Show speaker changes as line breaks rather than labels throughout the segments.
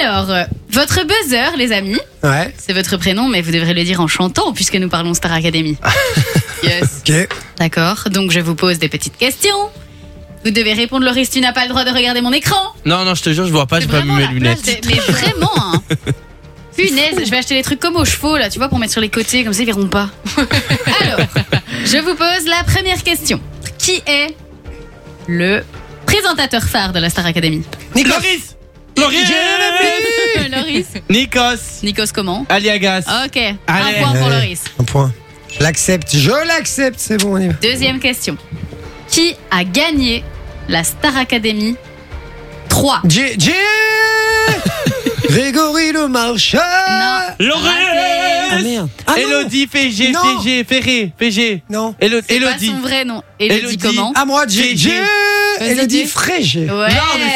Alors, euh, votre buzzer, les amis,
Ouais.
c'est votre prénom, mais vous devrez le dire en chantant puisque nous parlons Star Academy. yes.
Ok.
D'accord. Donc, je vous pose des petites questions. Vous devez répondre, Loris, tu n'as pas le droit de regarder mon écran.
Non, non, je te jure, je vois pas, j'ai
C'est
pas mis
vraiment
mes
la place
lunettes.
des- Mais vraiment, hein. Punaise, je vais acheter des trucs comme aux chevaux, là, tu vois, pour mettre sur les côtés, comme ça ils verront pas. Alors, je vous pose la première question. Qui est le présentateur phare de la Star Academy
Loris Loris
Loris.
Nikos
Nikos, comment
Aliagas
Ok, un point pour
Ouais.
Loris.
Un point. Je l'accepte. Je l'accepte. C'est bon, on y va.
Deuxième question. Qui a gagné la Star Academy 3
J. J. Grégory le marchand.
Non.
Ah
Loris
merde. Ah, non.
Elodie PG,
Non.
PG, Ferré, PG
Non.
Elo-
C'est pas
Elodie
son vrai nom. Elodie
Élodie.
comment
À moi, J.
J.
J.
Vas-y,
Elodie
J.
Frégé.
Ouais.
Non, mais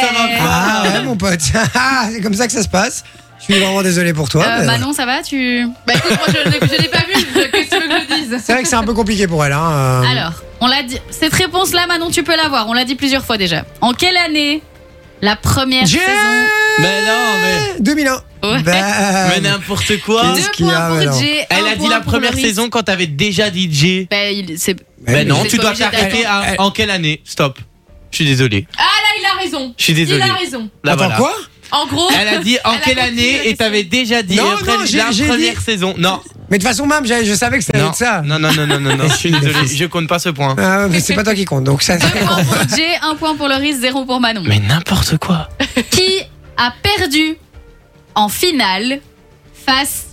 ça va pas.
Ah ouais, mon pote. Ah, c'est comme ça que ça se passe. Je suis vraiment désolé pour toi.
Euh,
mais-
Manon, ça va Tu
Bah écoute, moi je l'ai- je l'ai pas vu,
euh,
donc qu'est-ce que tu veux que je dise
euh, C'est vrai que c'est un peu compliqué pour elle. Hein. euh.
Alors, on l'a dit. Cette réponse-là, Manon, tu peux l'avoir. On l'a dit plusieurs fois déjà. En quelle année la première
J.
saison
Mais non, mais-
2001.
Ouais.
Bah,
Mais n'importe quoi
Qu'est-ce
Deux
qu'il y a,
points pour
Manon
Jay,
Elle
un
a dit
point
la
pour
première
Loris.
saison quand t'avais déjà DJ
Ben, il- c'est-
Eh,
Ben non,
mais
tu
c'est
dois
obligé
t'arrêter
d'attendre.
à- en quelle année Stop. Je suis désolé.
Ah là, il a raison.
Je suis
Il
désolé.
a raison.
Là,
Attends,
voilà.
quoi
En gros,
Elle a dit en
Elle a
quelle
compris la
année et
question.
t'avais déjà dit
Non,
après
non, j'ai-
la
j'ai
première
dit-
saison. Non,
Mais de toute façon, même, je savais que ça allait
non,
être ça.
non, non, non, non, non, non, je suis désolé, je compte pas ce point.
Ah, mais c'est pas toi qui compte, donc ça.
Deux points pour Jay, un point pour Loris, zéro pour Manon.
Mais n'importe quoi.
Qui a perdu en finale face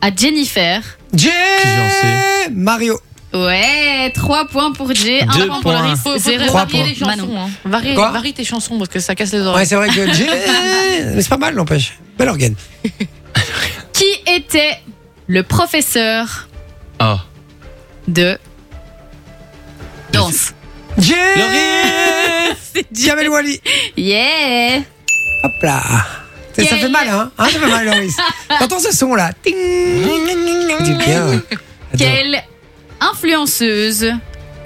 à Jennifer
J.
j'en sais
Mario.
Ouais, trois points pour Jay, un
Deux
point pour
points.
Loris,
faut, faut
zéro
Trois
varier les
pour
chansons.
Manon.
Hein. Varie,
Quoi
varie tes chansons parce que ça casse les
Ouais,
oreilles.
c'est vrai que J. Mais c'est pas mal, n'empêche. Bel organe.
Qui était le professeur
Oh.
de danse
J.
Loris
Jamel Wally.
Yeah
Hop là. Ça, ça fait mal, hein, hein Ça fait mal, Loris. T'entends ce son là Ting. C'est bien. Attends.
Quelle influenceuse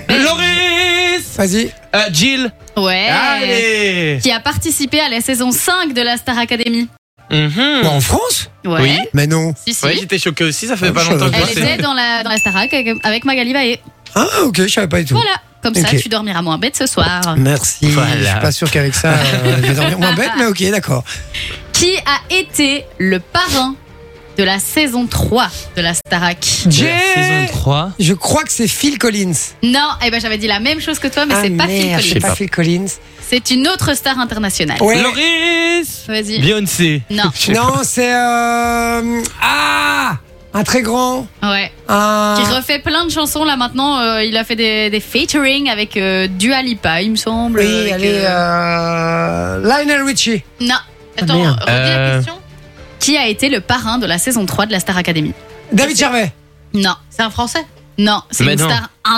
Loris
Vas-y.
Euh, Jill
Ouais
Allez
Qui a participé à la saison 5 de la Star Academy Mmh.
Mhm.
En France
Ouais.
Oui.
Mais non.
Si, si.
Ouais, j'étais choqué aussi, ça fait
Ah,
pas
je
longtemps que
savais
je
Elle
Ouais,
était
sais.
dans la, dans la Star Ac avec Magali Baé.
Ah, ok, je savais pas du tout.
Voilà. Comme ça,
Ok.
tu dormiras moins bête ce soir.
Merci.
Voilà.
Je suis pas sûr qu'avec ça, euh, je vais dormir moins bête, mais ok, d'accord.
Qui a été le parrain de la saison 3 de la Starac
J.
Saison 3.
Je crois que c'est Phil Collins.
Non, eh ben, j'avais dit la même chose que toi, mais
Ah,
c'est pas Phil
merde,
Collins.
C'est pas
pas.
Phil Collins.
C'est une autre star internationale.
Ouais.
Loris
Vas-y.
Beyoncé.
Non,
Non, c'est euh, ah un très grand.
ouais. Qui
Un...
refait plein de chansons là maintenant. euh, il a fait des, des featuring avec euh, Dua Lipa, il me semble.
Oui,
avec,
elle est
euh,
euh, Lionel Richie.
Non.
Ah,
Attends,
merde.
redis la
Euh,
question.
Qui a été le parrain de la saison 3 de la Star Academy
David Gervais.
Non,
C'est un français
non, c'est
Mais
une
non.
star
Est-ce que c'est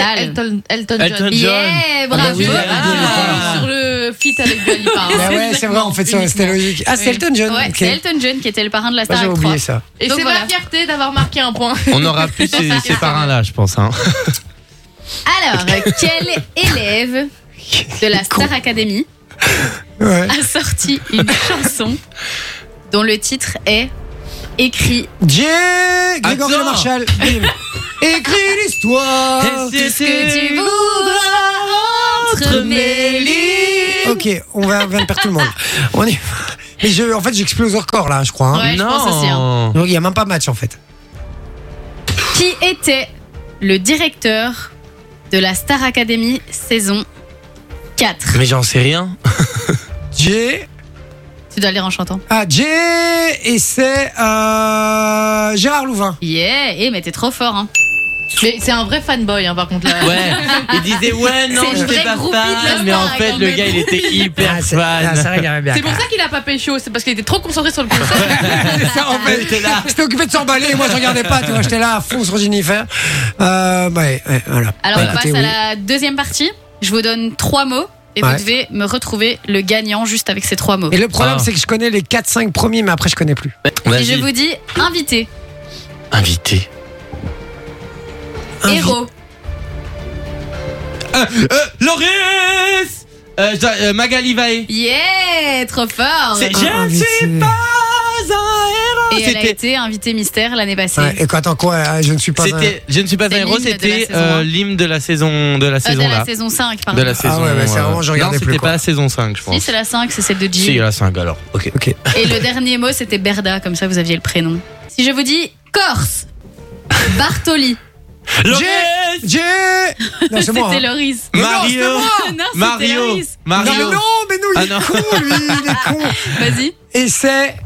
internationale.
Elton, Elton John.
Elton John.
Yeah,
Ah bah
bravo.
oui,
Ah,
Elton John.
Ah.
sur le feat avec Dua Lipa, hein.
Bah ouais, c'est vrai, en fait, ça, c'était logique. Ah, c'est
Oui.
Elton John.
Ouais,
ok.
c'est Elton John qui était le parrain de la
Bah,
Star
J'ai
Act
oublié
3.
ça.
Et
Donc
c'est
voilà.
ma fierté d'avoir marqué un point.
On aura plus ces, ces parrains-là, je pense. Hein.
Alors, quel élève de la Star Academy
Ouais.
a sorti une chanson dont le titre est écrit
Jay Grégory
Attends.
Le Marchal. Bim. Écris l'histoire.
Tout ce que tu voudras entre mes lignes.
Ok, on va, on vient de perdre tout le monde. On y va. Mais je, en fait, j'explose au record là, je crois. hein.
Ouais, je pense aussi,
Non
Donc il y a même pas match en fait.
Qui était le directeur de la Star Academy saison 4
Mais j'en sais rien.
Jay
Tu dois le lire en chantant.
Ah, Jay et c'est euh, Gérard Louvain.
Yeah, eh, mais t'es trop fort. Hein.
Mais c'est un vrai fanboy, hein, par contre. Là.
Ouais, il disait ouais, non,
C'est une
j'étais
vraie
pas
groupie de la
fan,
star,
mais en fait,
quand
le
même.
gars, il était hyper
Ah, c'est ah, c'est
fan.
vrai qu'il y avait bien.
C'est pour ça qu'il a pas pécho, c'est parce qu'il était trop concentré sur le concert.
ça, en fait,
J'étais là.
J'étais occupé de s'emballer, moi je regardais pas, tu vois, j'étais là à fond sur Jennifer. Euh, bah, ouais, ouais, voilà.
Alors,
Bah,
on passe
écoutez,
à
oui.
la deuxième partie. Je vous donne trois mots et
Ouais.
vous devez me retrouver le gagnant juste avec ces trois mots.
Et le problème,
Ah.
c'est que je connais les 4-5 premiers, mais après, je connais plus.
Et je vous dis invité,
Invité.
Invi-
héros,
Euh, Loris Euh, je dois- euh, Magali Vae.
Yeah, trop fort.
C'est-
Ah,
Je ne
invité.
suis pas un héros.
Et elle a
C'était-
été invitée mystère l'année passée.
Ouais, et quand en quoi euh, je ne suis pas un-
C'était, je ne suis pas un
C'est
héros,
l'hymne de la
c'était
saison
euh,
un.
l'hymne de la saison de la
Euh,
saison
de la
là.
saison 5, pardon.
De la saison.
ouais, bah, c'est
euh,
vraiment, je
Non,
regardais plus,
c'était
quoi.
pas la saison 5, je pense.
Si, c'est la 5, c'est celle de
Si, hein. il y
Jill.
a la 5 alors. Ok.
Ok.
Et le dernier mot, c'était Berda, comme ça vous aviez le prénom. Si je vous dis Corse, Bartoli,
Loris
J'ai. Non, c'est
c'était
moi. hein.
Loris.
Mais non,
Mario
c'est moi.
Non, c'était
Mario
Loris.
Non, mais
Mario
non, mais non, il
Ah,
est
non.
con, lui, il est con.
Vas-y.
Et c'est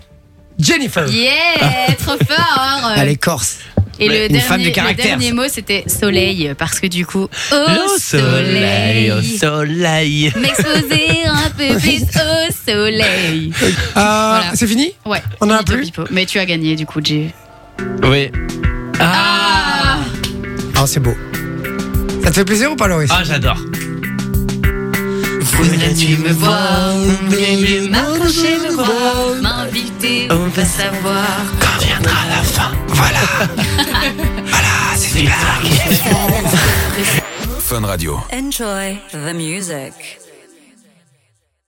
Jennifer.
Yeah, trop fort.
Elle est corse.
Et le
une femme de
dernier, le
caractère.
dernier mot, c'était soleil, parce que du coup, au
Au soleil, au
soleil.
soleil.
M'exposer un peu plus au soleil.
Euh, C'est fini
Ouais.
On en a
Pipo,
plus
pipo. Mais tu as gagné du coup, Jay.
Oui.
Ah
Ah, c'est beau. Ça te fait plaisir ou pas, Loris
Ah, j'adore.
Voudrais-tu me voir
Viens
M'approcher, me voir M'inviter, on va savoir.
Quand viendra la fin
Voilà. voilà, c'est fini.
Enjoy the music.